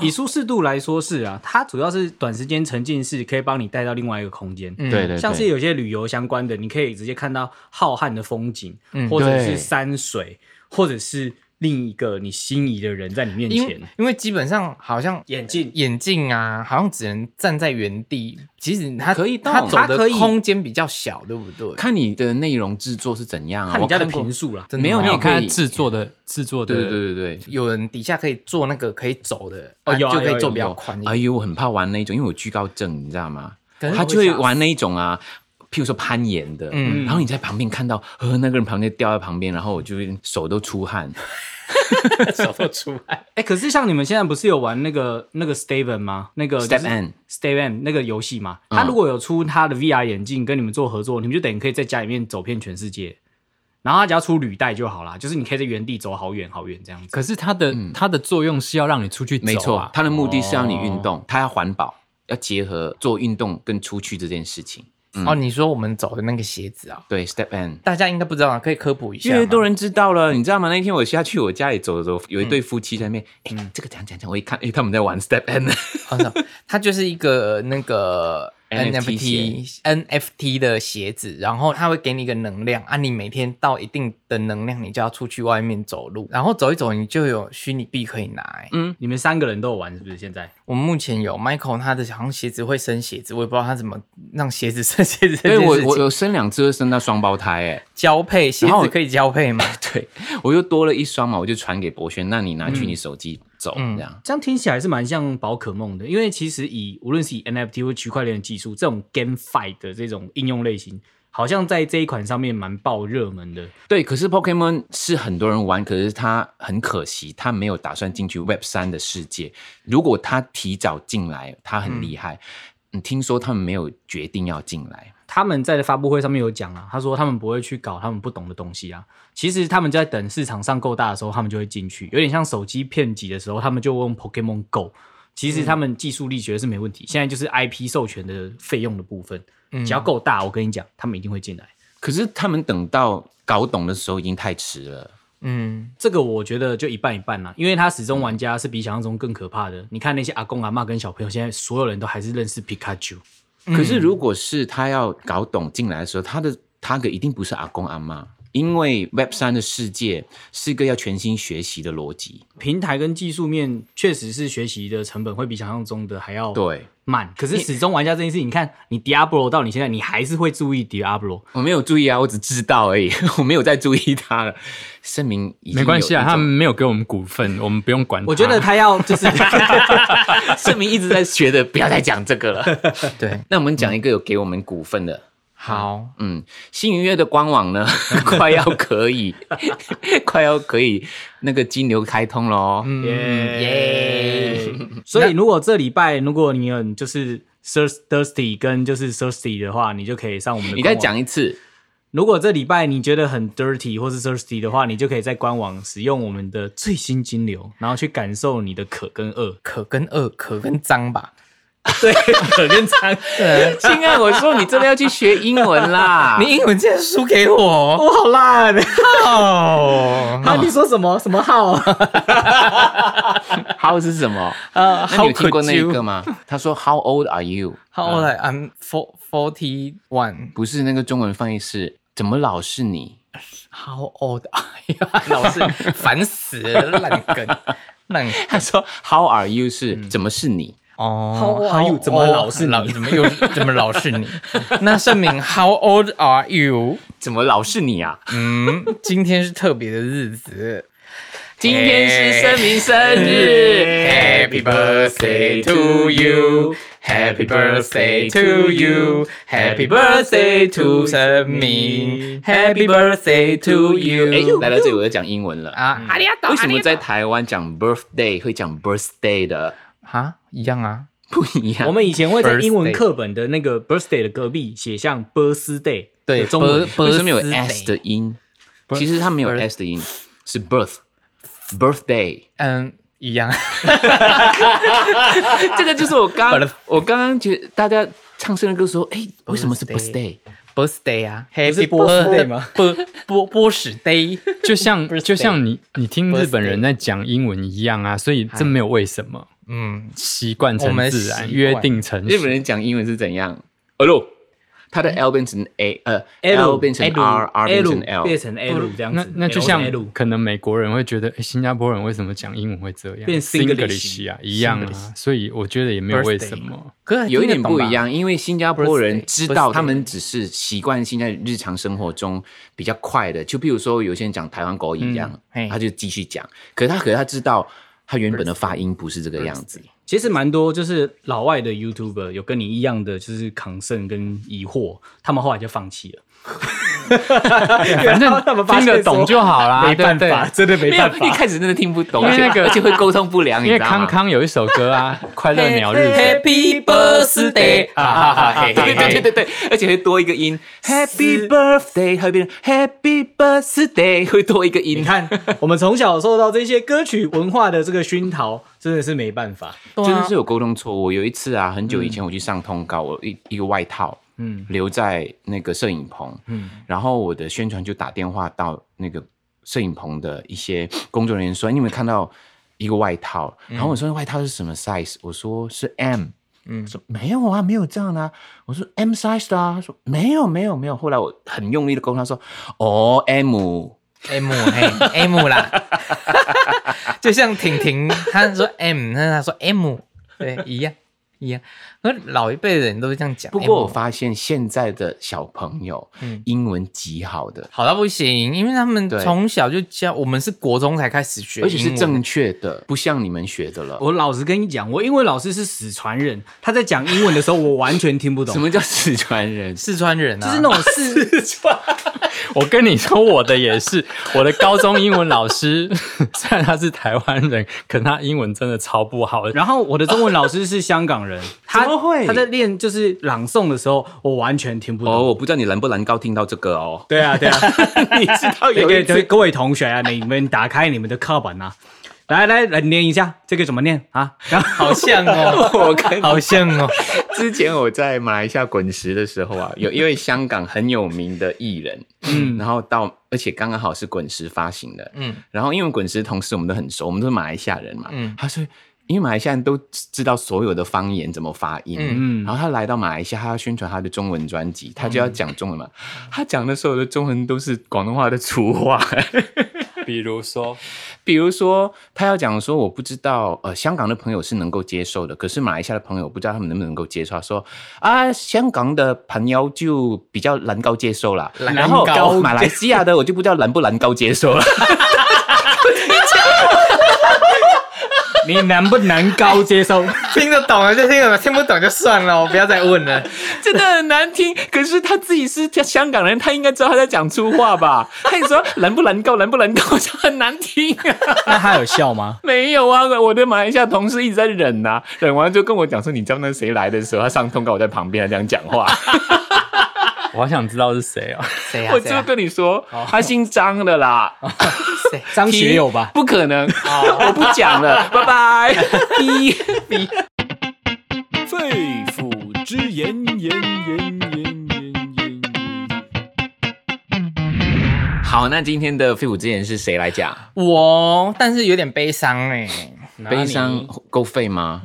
D: 以舒适度来说是啊，它主要是短时间沉浸式，可以帮你带到另外一个空间。
C: 嗯
B: 对对
D: 像是
B: 对，
D: 有些旅游相关的，你可以直接看到浩瀚的风景，或者
B: 嗯对
D: 是山水，或者是另一个你心仪的人在你面
C: 嗯因为
D: 前。
C: 因为基本上好像
D: 眼镜
C: 眼镜啊，好像只能站在原地。其实他
B: 可以动
C: 他走
B: 它
C: 的
B: 可以
C: 空间比较小，对不对？
B: 看你的内容制作是怎样啊。
D: 看你家的
B: 我过
D: 评述啦，
C: 真的
B: 没有，
C: 吗
B: 你
E: 没
B: 也
E: 有
B: 可
E: 看
B: 以
E: 它制作的制作的，
B: 对对对对对。
C: 有人底下可以做那个可以走的，
D: 哦
C: 啊
D: 有啊
C: 就可
D: 有啊
C: 以做
D: 有啊
C: 比较宽一
B: 哎
C: 点。
B: 呦，我很怕玩那一种，因为我惧高症，你知道吗？
C: 可是
B: 他
C: 会
B: 就会
C: 吓死
B: 玩那一种啊，譬如说攀岩的，
C: 嗯
B: 然后你在旁边看到，呃，那个人旁边掉在旁边，然后我就手都出汗。
C: 手都出来。
D: 哎、可是像你们现在不是有玩那个那个 Steven 吗？那个
B: Step N
D: Steven n 那个游戏嘛，
B: 嗯
D: 他如果有出他的 VR 眼镜跟你们做合作，你们就等于可以在家里面走遍全世界，然后他只要出履带就好啦，就是你可以在原地走好远好远这样子。
E: 可是它的、它的作用是要让你出去走、
B: 嗯
E: 啊，
B: 没错，他的目的是让你运动，他要环保，要结合做运动跟出去这件事情。
C: 哦，你说我们走的那个鞋子啊，
B: 对，Step N。
C: 大家应该不知道啊，可以科普一下
B: 越
C: 吗。
B: 来越多人知道了，你知道吗？那天我下去我家里走的时候，有一对夫妻在那边，哎、这个讲讲讲，我一看，哎、他们在玩 Step N，
C: 哦是哦它就是一个那 个
B: NFT
C: NFT NFT 的鞋子，然后它会给你一个能量啊，你每天到一定的能量，你就要出去外面走路，然后走一走，你就有虚拟币可以拿、
B: 嗯
C: 欸。
D: 你们三个人都有玩是不是？现在
C: 我们目前有 Michael 他的好像鞋子会生鞋子，我也不知道他怎么让鞋子生鞋子
B: 对
C: 这件
B: 我
C: 事
B: 我
C: 情。
B: 有生两只，生到双胞胎、哎。
C: 交配鞋
B: 然后
C: 子可以交配吗？
B: 对，我又多了一双嘛，我就传给博轩，那你拿去你手机走、
C: 嗯
B: 这样。
D: 这样听起来是蛮像宝可梦的，因为其实以无论是以 NFT 或区块链的技术，这种 GameFi 的这种应用类型，好像在这一款上面蛮爆热门的。
B: 对，可是 Pokemon 是很多人玩，可是他很可惜，他没有打算进去 Web 三的世界。如果他提早进来，他很厉害。你听说他们没有决定要进来，
D: 他们在发布会上面有讲啊，他说他们不会去搞他们不懂的东西啊。其实他们在等市场上够大的时候，他们就会进去，有点像手机骗集的时候，他们就用 Pokemon Go。其实他们技术力学是没问题，现在就是 IP 授权的费用的部分，只要够大，我跟你讲，他们一定会进来。
B: 可是他们等到搞懂的时候已经太迟了。
C: 嗯，
D: 这个我觉得就一半一半啦、因为他始终玩家是比想象中更可怕的。你看那些阿公阿妈跟小朋友，现在所有人都还是认识皮卡丘，
E: 嗯
B: 可是如果是他要搞懂进来的时候，他的 target 一定不是阿公阿妈，因为 Web 三的世界是一个要全新学习的逻辑。
D: 平台跟技术面确实是学习的成本会比想象中的还要
B: 对，
D: 慢，可是始终玩家这件事，你看你 Diablo 到你现在，你还是会注意 Diablo。
B: 我没有注意啊，我只知道而已， 我没有再注意他了。声明已经
E: 没关系啊，
B: 有一
E: 他
B: 种
E: 们没有给我们股份，我们不用管它。
D: 我觉得他要 就是，
B: 声明一直在学的，不要再讲这个 了。
C: 对，
B: 那我们讲一个有给我们股份的，
C: 好，
B: 嗯，星云乐的官网呢， 快要可以， 快要可以那个金流开通喽。嗯，
D: 耶！所以如果这礼拜如果你很就是 thirsty 跟就是 thirsty 的话，你就可以上我们的。
B: 你再。讲一次，
D: 如果这礼拜你觉得很 dirty 或是 thirsty 的话，你就可以在官网使用我们的最新金流，然后去感受你的渴跟 饿。
C: 可跟二，可跟脏吧。
D: 对，渴跟馋。
C: 对，。
B: 亲爱，我说你真的要去学英文啦
C: 你英文竟然输给我，
D: 我好烂
C: 哦，
D: 啊！你说什么什么号？啊
B: How 是什 么？
C: 呃
B: 那你有听过那一个吗？ 他说 How old are you？
C: How old I- I'm four forty one.
B: 不是那个中文翻译是怎么老是你？
C: How old are you？老 是烦死了，烂梗，烂梗
B: 他说嗯 How are you 是、怎么是你？
C: 哦。
D: How old are you？怎么老是你
C: 老怎么又怎么老是你？那证明 How old are you？
B: 怎么老是你 啊？
C: 嗯，今天是特别的日子。
B: 今天是声明生日
C: Happy birthday to you. Happy birthday to you. Happy birthday to 神明。Happy birthday to
B: 哎
C: you.，Ah,
B: 来到这里我就讲英文了啊！
C: 啊，阿里亚多
B: 为什么在
C: 阿里亚多
B: 台湾讲 birthday 会讲 birthday 的？
C: 啊一样啊？
B: 不一样。
D: 我们以前会在
C: Birthday
D: 英文课本的那个 birthday 的隔壁写像 birthday，
C: 对，
D: 中文
B: 为什么
C: birthday
B: 有 s 的音？其实它没有
C: birth-
B: s 的音，是 birth birthday。
C: 嗯一样。
B: 这个就是我刚
C: Birth-
B: 我刚刚觉得大家唱生日歌说，哎，为什么是 birthday？
C: birthday 啊
D: 是
C: ，Happy
D: birthday
C: birthday
D: 吗
C: 吗？波波波士 day，
E: 就像就像你你听日本人在讲英文一样啊，所以这没有为什么，
C: 嗯，
E: 习惯
C: 我
E: 成
C: 们
E: 自
C: 习
E: 然，
C: 惯
E: 约定成
B: 日本
E: 熟。
B: 人讲英文是怎样？哦喽，它的 L 变成 A，呃
D: L
B: 变成 R，R 变成 L，
D: 变成 L 这样
E: 那
D: 子，
E: 那就像
D: L
E: 可能美国人会觉得，诶新加坡人为什么讲英文会这样？
D: 变
E: Singlish 啊，一样啊，所以我觉得也没有为
C: Birthday
E: 什么。
C: 可是
B: 有一点
C: 听得懂
B: 不
C: 吧
B: 一。样，因为新加坡人
C: Birthday，
B: 知道
C: birthday
B: 他们只是习惯性在日常生活中比较快的，就譬如说有些人讲台湾国语一样，
C: 嗯嘿
B: 他就继续讲，可是他可是他知道他原本的发音不是这个样子，
D: 其实蛮多，就是老外的 YouTuber 有跟你一样的，就是抗胜跟疑惑，他们后来就放弃 了。
E: 反正
D: 啊他们发
E: 听
D: 现
E: 得懂
D: 说
E: 就好啦，
D: 没办
E: 对不对
D: 法，真的没
B: 没有
D: 办法。
B: 一开始真的听不懂，
E: 因为
B: 而且
E: 那个
B: 而且会沟通不良，你
E: 因为
B: 知道
E: 康
B: 吗？
E: 康有一首歌啊，《快乐鸟日子》
B: Happy birthday！啊
C: Ah.
B: 哈哈，对对对对对，而且会多一个音，Happy birthday，还会变成 Happy birthday，会多一个音。
D: 你，看，我们从小受到这些歌曲文化的这个熏陶，真的是没办法。
B: 真的是有沟通错误。有一次啊，很久以前我去上通告，我一一个外套，嗯，留在那个摄影棚，嗯，然后我的宣传就打电话到那个摄影棚的一些工作人员说，哎你有没有看到一个外套？然后我说外套是什么 size？我说是 M。嗯，说没有啊，没有这样的、啊。我说 M size 的啊，他说没有，没有，没有。后来我很用力的沟通，他说哦 M，
C: M 嘿 M 啦， 就像婷婷，她说 M，那她说 M，对，一样一样。可是老一辈的人都是这样讲。
B: 不过我
C: M
B: 发现现在的小朋友，英文极好的，
C: 好到不行，因为他们
B: 对
C: 从小就教，我们是国中才开始学，
B: 而且是正。确的，不像你们学的了。
D: 我老实跟你讲，我英文老师是死传人，他在讲英文的时候，我完全听不懂
B: 什。么叫四川人？
C: 四川人啊，
D: 就是那种是
E: 我跟你说，我的也是，我的高中英文老师 虽然他是台湾人，可他英文真的超不好。
D: 然后我的中文老师是香港人，他
B: 怎么会
D: 他在练就是朗诵的时候，我完全听不 懂。
B: 哦，我不知道你能不能够听到这个哦。
D: 对啊，对啊，
B: 你知道
D: 对
B: 有
D: 对
B: 一
D: 对，
B: 次，
D: 各位同学啊，你们打开你们的课本啊，来来来念一下，这个怎么念啊？然后
C: 好像哦，
B: 我跟
C: 好像哦，
B: 之前我在马来西亚滚石的时候啊，有一位香港很有名的艺人，嗯，然后到而且刚刚好是滚石发行的，嗯
C: 嗯，
B: 然后因为滚石同事我们都很熟，我们都是马来西亚人嘛，嗯
C: 嗯，
B: 他是。因为马来西亚人都知道所有的方言怎么发音，嗯，然后他来到马来西亚，他要宣传他的中文专辑，他就要讲中文嘛。他讲的所有的中文都是广东话的粗话，
E: 比如说，
B: 比如说，他要讲说，我不知道，呃，香港的朋友是能够接受的，可是马来西亚的朋友不知道他们能不能够接受。他说啊，香港的朋友就比较难够接受啦，
C: 难
B: 然后
C: 高
B: 马来西亚的我就不知道难不难够接受了。
D: 你能不能高接收？
C: 听得懂了就听得懂，听不懂就算了，我不要再问了。
B: 真的很难听。可是他自己是香港人，他应该知道他在讲粗话吧？他你说难不难够，难不难够，就很难听啊。
D: 那他有笑吗？
B: 没有啊，我的马来西亚同事一直在忍呐、啊忍完就跟我讲说，你知道那谁来的时候，他上通告我在旁边，他这样讲话。
E: 我好想知道是谁哦。
C: 谁啊？
B: 我
C: 谁
B: 就
C: 啊？
B: 跟你说，他姓张的 啦，
C: 谁？
D: 张学友吧？
B: 不可能， 我不讲了，拜拜。哔哔，
A: 肺腑之言，言言言言言言。
B: 好，那今天的肺腑之言是谁来讲？
C: 我，但是有点悲伤哎、
B: 悲伤够费吗？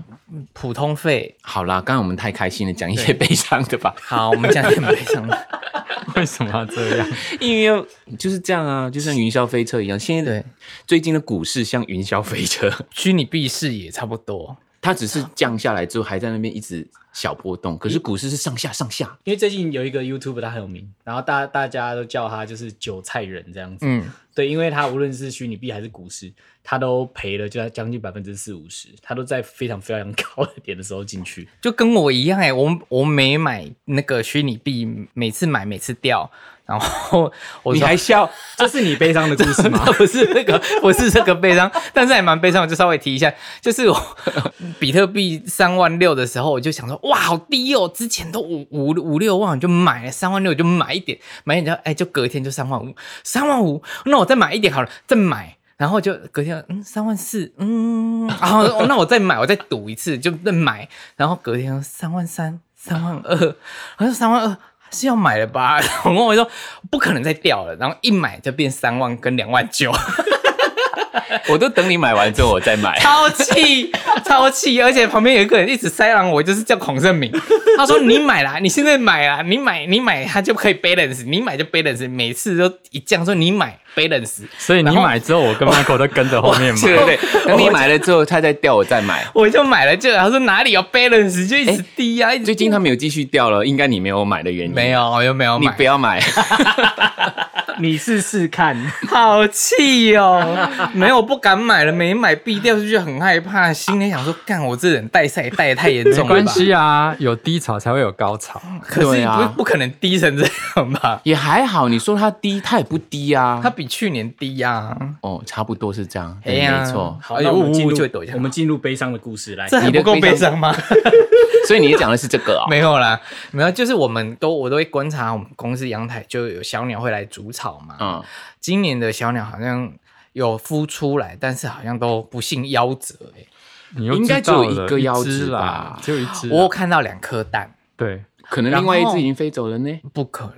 C: 普通费。
B: 好啦，刚刚我们太开心了，讲一些悲伤的吧，
C: 好，我们讲点悲伤的。
E: 为什么要这样？
B: 因为就是这样啊，就像云霄飞车一样。现在
C: 对，
B: 最近的股市像云霄飞车，
C: 虚拟币市也差不多。
B: 它只
C: 啊
B: 是降下来之后还在那边一直小波动，可是股市是上下上下。
D: 因为最近有一个 YouTube 他很有名，然后大大家都叫他就是韭菜人这样子。
C: 嗯，
D: 对，因为他无论是虚拟币还是股市，他都赔了，就要将近百分之四五十，他都在非常非常高的点的时候进去。
C: 就跟我一样哎、我我没买那个虚拟币，每次买每次掉，然后我
B: 你
C: 说
B: 还笑？
D: 这是你悲伤的故事吗？
C: 不是那个，不是这个悲伤，但是还蛮悲伤，我就稍微提一下，就是我比特币三万六的时候，我就想说，哇，好低哦，之前都五五五六万，我就买了三万六，我就买一点，买一点，哎，就隔一天就三万五，三万五，那我再买一点好了，再买。然后就隔天，嗯，三万四，嗯，然后哦那我再买，我再赌一次，就再买。然后隔天三万三，三万二，我说三万二是要买了吧？ 我跟我说不可能再掉了，然后一买就变三万跟两万九，
B: 我都等你买完之后我再买。
C: 超气，超气！而且旁边有一个人一直塞狼我，就是叫孔胜明。他说：“你买啦，你现在买啦，你买你买，他就可以 balance，你买就 balance。每次都一降说你买 balance，
E: 所以你买之后，我跟 Michael 都跟着后面
B: 对
E: 买。
B: 对 对，等你买了之后，他再掉我再买。
C: 我就买了就。他说哪里有 balance 就一直低呀、一直
B: 哎最近他们有继续掉了，应该你没有买的原因。
C: 没，有，我又没有
B: 你
C: 买，
B: 不要买。
D: 你试试看，
C: 好气哦！没有，不敢买了，没买必掉出去，很害怕，心里想说：干，我这人带赛带的太严
E: 没
C: 重了吧，
E: 关系啊，有低潮才会有高潮。
C: 可是
B: 对
C: 你不、
B: 啊
C: 不可能低成这样吧？
B: 也还好，你说它低，它也不低 啊。
C: 它比去年低呀、啊。
B: 哦，差不多是这样，
C: 哎
B: 对
C: 呀
B: 没错。
D: 好，
C: 哎
D: 那
C: 呦
D: 我们进
C: 呜呜
D: 入
C: 就躲一下
D: 我们进入悲伤的故事来。
C: 这还
B: 你
C: 不
B: 的
C: 够悲
B: 悲伤
C: 伤吗？
B: 所以你讲的是这个哦。
C: 没有啦，没有，就是我们都我都会观察我们公司阳台就有小鸟会来筑巢嘛。
B: 嗯，
C: 今年的小鸟好像有孵出来，但是好像都不幸夭折、欸。
E: 你又
B: 应
E: 知道了
B: 该只有一个腰
E: 一只
B: 子
E: 啦
B: 吧，
E: 只有一只啊。
C: 我有看到两颗蛋，
E: 对，
B: 可能另外一只已经飞走了呢。
C: 不可能。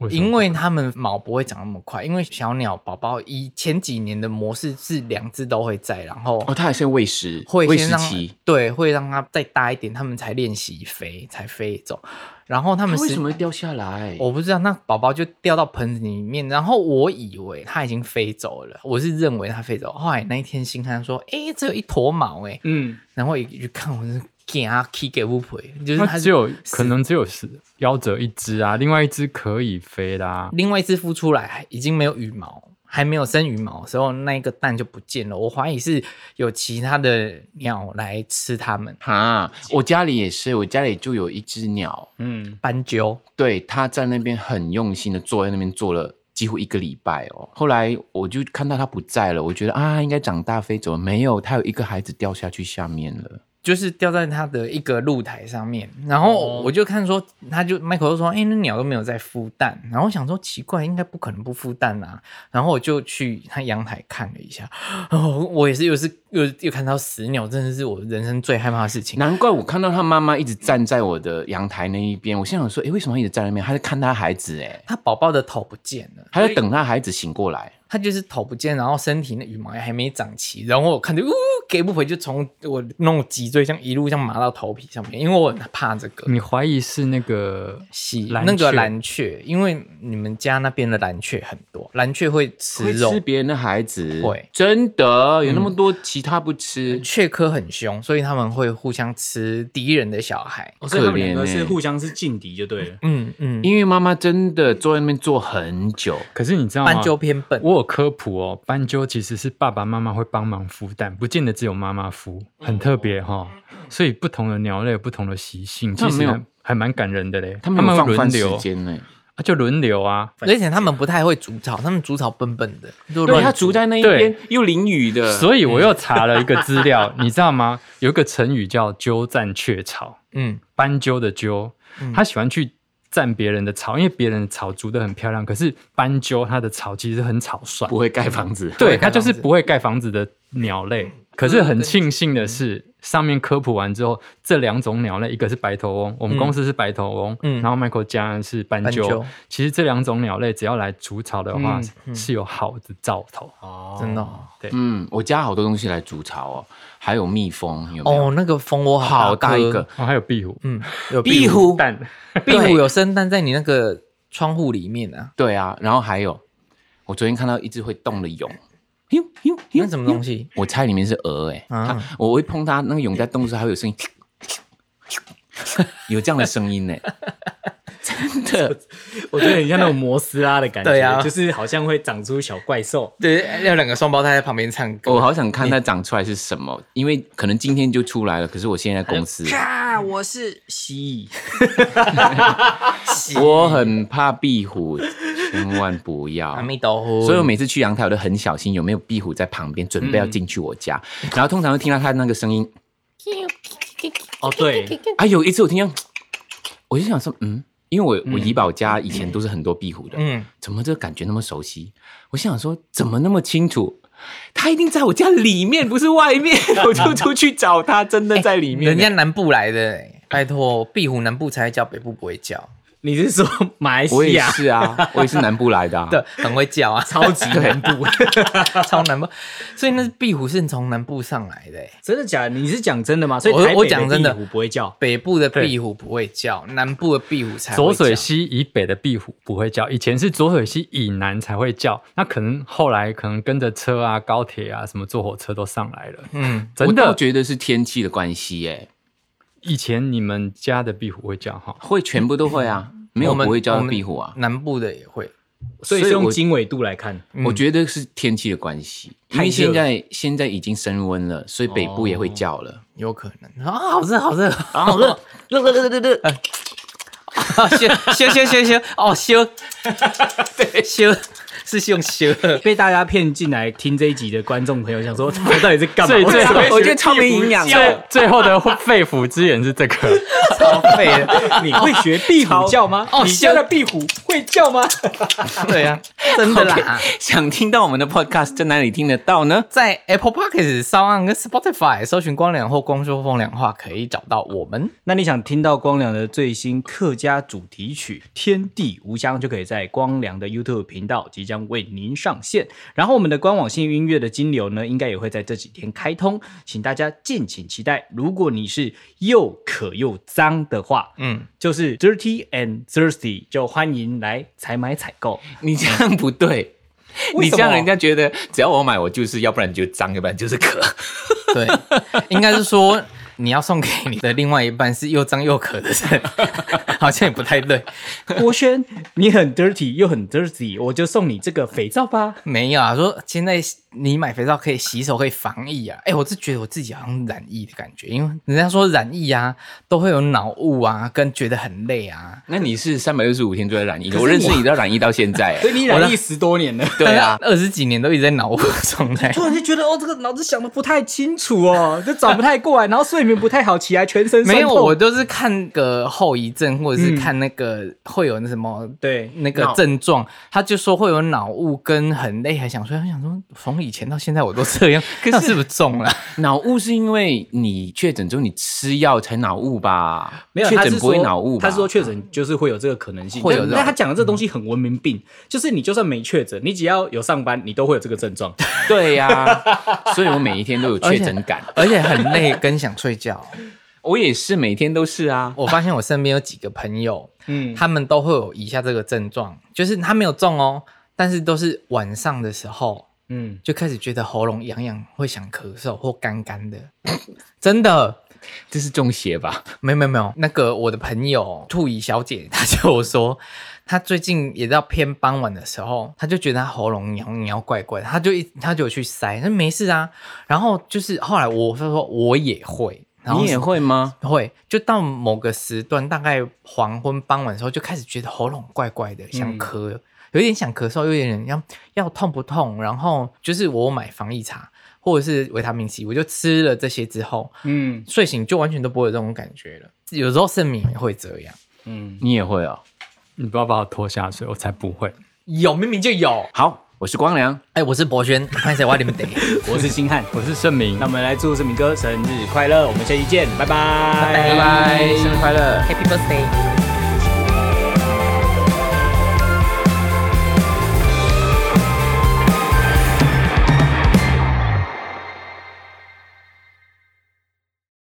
E: 为什么
C: 因为它们毛不会长那么快，因为小鸟宝宝以前几年的模式是两只都会在，然后
B: 哦，它还是喂食，
C: 会
B: 喂
C: 先
B: 食
C: 让
B: 期。
C: 对，会让它再大一点，它们才练习飞，才飞走。然后它
B: 它
C: 们哦
B: 为
C: 是
B: 什么会掉下来？
C: 我不知道，那宝宝就掉到盆子里面，然后我以为它已经飞走了，我是认为它飞走。后来那一天星汉说：“哎、这有一坨毛哎、
D: 嗯，
C: 然后我一去看，我是给它 k 给不赔，就是它
E: 它
C: 是
E: 只有可能只有是夭折一只啊，另外一只可以飞啦、
C: 另外一只孵出来还已经没有羽毛，还没有生羽毛的时候，那一个蛋就不见了。我怀疑是有其他的鸟来吃它们，
B: 哈，我家里也是，我家里就有一只鸟，
C: 斑鸠。
B: 对，它在那边很用心的坐在那边坐了。几乎一个礼拜哦，后来我就看到它不在了，我觉得啊，应该长大飞走了，没有，它有一个孩子掉下去下面了。
C: 就是掉在它的一个露台上面，然后我就看说，他就 Michael 就说，哎、那鸟都没有在孵蛋，然后我想说奇怪，应该不可能不孵蛋啊，然后我就去他阳台看了一下，哦，我也是又是又又看到死鸟，真的是我人生最害怕的事情。
B: 难怪我看到它妈妈一直站在我的阳台那一边，我心想说，诶，为什么一直站那边？她在看她孩子，诶，
C: 它宝宝的头不见了，
B: 她在等她孩子醒过来。
C: 它就是头不见，然后身体那羽毛也还没长齐，然后我看着，呜，给不回，就从我弄脊椎像一路像麻到头皮上面，因为我很怕这个。
B: 嗯
E: 你怀疑是那个
C: 喜
E: 蓝
C: 那个
E: 雀
C: 蓝雀，因为你们家那边的蓝雀很多，蓝雀会吃
B: 会
C: 肉
B: 吃，别人的孩子，
C: 会
B: 真的有那么多其他不吃，
C: 雀科很凶，所以他们会互相吃敌人的小孩。
D: 哦，所以他
B: 可
D: 们两
B: 怜
D: 个
B: 欸
D: 是互相是劲敌就对了。
C: 嗯嗯，
B: 因为妈妈真的坐在那边坐很久，
E: 可是你知道吗？
C: 斑鸠偏笨，
E: 我有科普哦，斑鸠其实是爸爸妈妈会帮忙孵蛋，不见得只有妈妈孵，很特别哈、所以不同的鸟类有不同的习性，
B: 他
E: 其
B: 们
E: 实
B: 没有
E: 还还蛮感人的嘞。
B: 他们有
E: 会
B: 放
E: 轮
B: 饭时
E: 流，
B: 间呢、
E: 啊就轮流啊。
C: 而且他们不太会筑巢，他们筑巢笨笨的，就
B: 对，
C: 乱
B: 他
C: 筑
B: 住在那一
E: 对
B: 边又淋雨的，
E: 所以我又查了一个资料，你知道吗？有一个成语叫“鸠占鹊巢”，
C: 嗯，
E: 斑鸠的鸠，它喜欢去占别人的巢，因为别人的巢筑得很漂亮，可是斑鸠它的巢其实很草率
B: 不，会盖房子。
E: 对，
C: 盖
E: 它就
C: 房
E: 是
C: 子嗯
E: 不会盖房子的鸟类。可是很庆幸的是，上面科普完之后，这两种鸟类，一个是白头翁，我们公司是白头翁，
C: 嗯
E: 然后 Michael 家人是斑
C: 斑
E: 鸠
C: 鸠。
E: 其实这两种鸟类只要来筑巢的话
C: 嗯，嗯
E: 是有好的兆头。
C: 真的哦
B: 嗯，我家好多东西来筑巢哦，还有蜜蜂，有没有？
C: 哦，那个蜂窝
B: 好
C: 大
B: 大
C: 颗
B: 一个，，
E: 哦，还有壁虎，
C: 嗯，有
B: 壁虎
E: 蛋，
C: 壁
B: 对
C: 虎有生蛋在你那个窗户里面啊，
B: 对啊，然后还有，我昨天看到一只会动的蛹，呦呦
C: 那什么东西？
B: 我猜里面是鹅哎、
C: 啊
B: 它我会碰它，那个蛹在动的时候，它会有 声音，有这样的声音呢、欸 真的。
D: 我觉得很像那种摩斯拉的感觉，
C: 对啊
D: 就是好像会长出小怪兽。
C: 对，要两个双胞胎在旁边唱歌。
B: 哦我好想看它长出来是什么，因为可能今天就出来了，可是我现在在公司，
C: 啊，我是蜥蜴，
B: 我很怕壁虎，千万不要
C: 阿。弥陀佛。
B: 所以我每次去阳台，我都很小心有没有壁虎在旁边，准备
C: 嗯
B: 要进去我家。然后通常会听到它那个声音。
D: 哦，对，
C: 嗯
B: 啊，有一次我听到，我就想说，嗯，因为我我怡宝家以前都是很多壁虎的，
C: 嗯，
B: 怎么这个感觉那么熟悉？我心想说，怎么那么清楚？他一定在我家里面，不是外面。我就出去找
C: 哎
B: 他，真的在里面。
C: 人家南部来的欸、拜托，壁虎南部才会叫，北部不会叫。
D: 你是说马来
B: 我
D: 西
B: 也
D: 亚？
B: 是啊，我也是南部来的、啊。
C: 对，很会叫啊，超级南部， 超南部，所以那是壁虎是从南部上来的欸、
D: 真的假的？你是讲真的吗？所以
C: 我
D: 台
C: 我
D: 北
C: 讲真的
D: 壁虎不会
B: 哦
D: 叫，
C: 北部的壁虎不会叫，南部的壁虎才会
E: 浊水
C: 叫
E: 溪以北的壁虎不会叫，以前是浊水溪以南才会叫，那可能后来可能跟着车啊、高铁啊、什么坐火车都上来了。
C: 嗯，
E: 真
B: 我倒
E: 的，
B: 觉得是天气的关系，耶，
E: 以前你们家的壁虎会叫 哈，
B: 会全部都会啊，没有
C: 我们
B: 不会叫
C: 我
B: 的
C: 们
B: 壁虎啊。
C: 南部的也会，
D: 所以是用
B: 我
D: 经纬度来看。
B: 我觉得是天气的关系，因
D: 嗯太
B: 为
D: 热
B: 现在现在已经升温了，所以北部也会叫了。
D: 哦
C: 有可能啊，好热好热，
B: 然后 热热热热热热，
C: 修 修修修修，哦修， 对修是用修，
D: 被大家骗进来听这一集的观众朋友想说，他到底是干嘛？
E: 最最
D: 为什么
B: 我觉得超没营养
E: 最最后的肺腑之言是这个，
C: 超废的，
D: 你会学壁虎叫吗？
C: 哦
D: 你家的壁虎会叫吗？
C: 对啊，真的啦。
B: 想听到我们的 podcast 在哪里听得到呢？
C: 在 Apple Podcast、s o n 跟 Spotify 搜寻“光良”或“光说风凉话”，可以找到我们。
D: 那你想听到光良的最新客家主题曲《天地无疆》，就可以在光良的 YouTube 频道即将为您上线。然后我们的官网性音乐的金流呢，应该也会在这几天开通，请大家敬请期待。如果你是又渴又脏的话，
C: 嗯，
D: 就是 dirty and thirsty，就欢迎来采买采购。
B: 你这样不对，
D: 为
B: 你
D: 什么
B: 这样人家觉得只要我买，我就是要不然就脏，要不然就是 渴。
C: 对，应该是说你要送给你的另外一半是又脏又渴的人， 好像也不太对。
D: 郭轩，你很 dirty 又很 dirty，我就送你这个肥皂吧。
C: 没有啊，说现在你买肥皂可以洗手，可以防疫啊。哎、我是觉得我自己好像染疫的感觉，因为人家说染疫啊都会有脑雾啊，跟觉得很累啊。
B: 那你是三百六十五天都在染疫，我认识你到染疫到现在，
D: 所以你染疫十多年了。
B: 对啊，
C: 二十几年都一直在脑雾的状 态。
D: 突然就觉得哦，这个脑子想的不太清楚哦，就转不太过来，然后睡眠不太好，起来全身酸
C: 没有，
D: 痛
C: 我都是看个后遗症，或者是看那个会有那什么
D: 对
C: 那个症状，他就说会有脑雾跟很累，还想睡。他想说从以前到现在我都这样，可是是不是中了？
B: 脑雾是因为你确诊之后你吃药才脑雾吧？
D: 没有
B: 确
D: 他
B: 诊
D: 是
B: 不会
D: 说
B: 脑雾吧？
D: 他是说确诊就是会有这个可能性，
C: 会有
D: 但
C: 这种
D: 但他讲的这东西很文明病，就是你就算没确诊，你只要有上班，你都会有这个症状。
B: 对呀、所以我每一天都有确诊 感，
C: 而且很累，跟想睡觉。
B: 我也是每天都是啊。
C: 我发现我身边有几个朋友，
D: 嗯，
C: 他们都会有以下这个症状，就是他没有中哦，但是都是晚上的时候
D: 嗯，
C: 就开始觉得喉咙痒痒，会想咳嗽或干干的，真的。
B: 这是中邪吧？
C: 没有没有没有，那个我的朋友兔姨小姐， 她就我说，她最近也到偏傍晚的时候，她就觉得她喉咙痒痒怪怪的，她就一她就有去塞，那没事啊。然后就是后来我就说我也会，然后
B: 你也会吗？
C: 会，就到某个时段，大概黄昏傍晚的时候，就开始觉得喉咙怪怪的，想咳，有点想咳嗽，有点要要痛不痛。然后就是我买防疫茶或者是维他命 C，我就吃了这些之后，
D: 嗯
C: 睡醒就完全都不会有这种感觉了。有时候肾敏也会这样，
D: 嗯，
B: 你也会哦。
E: 你不要把我拖下水，我才不会。
C: 有明明就有。
B: 好，我是光良，
C: 哎、我是博轩，拍谁我你们得，
D: 我是星汉，
E: 我是盛明
D: 那，我们来祝盛明哥生日快乐，我们下期见，拜拜
C: 拜
B: 拜拜，生日快乐。
C: ，Happy Birthday。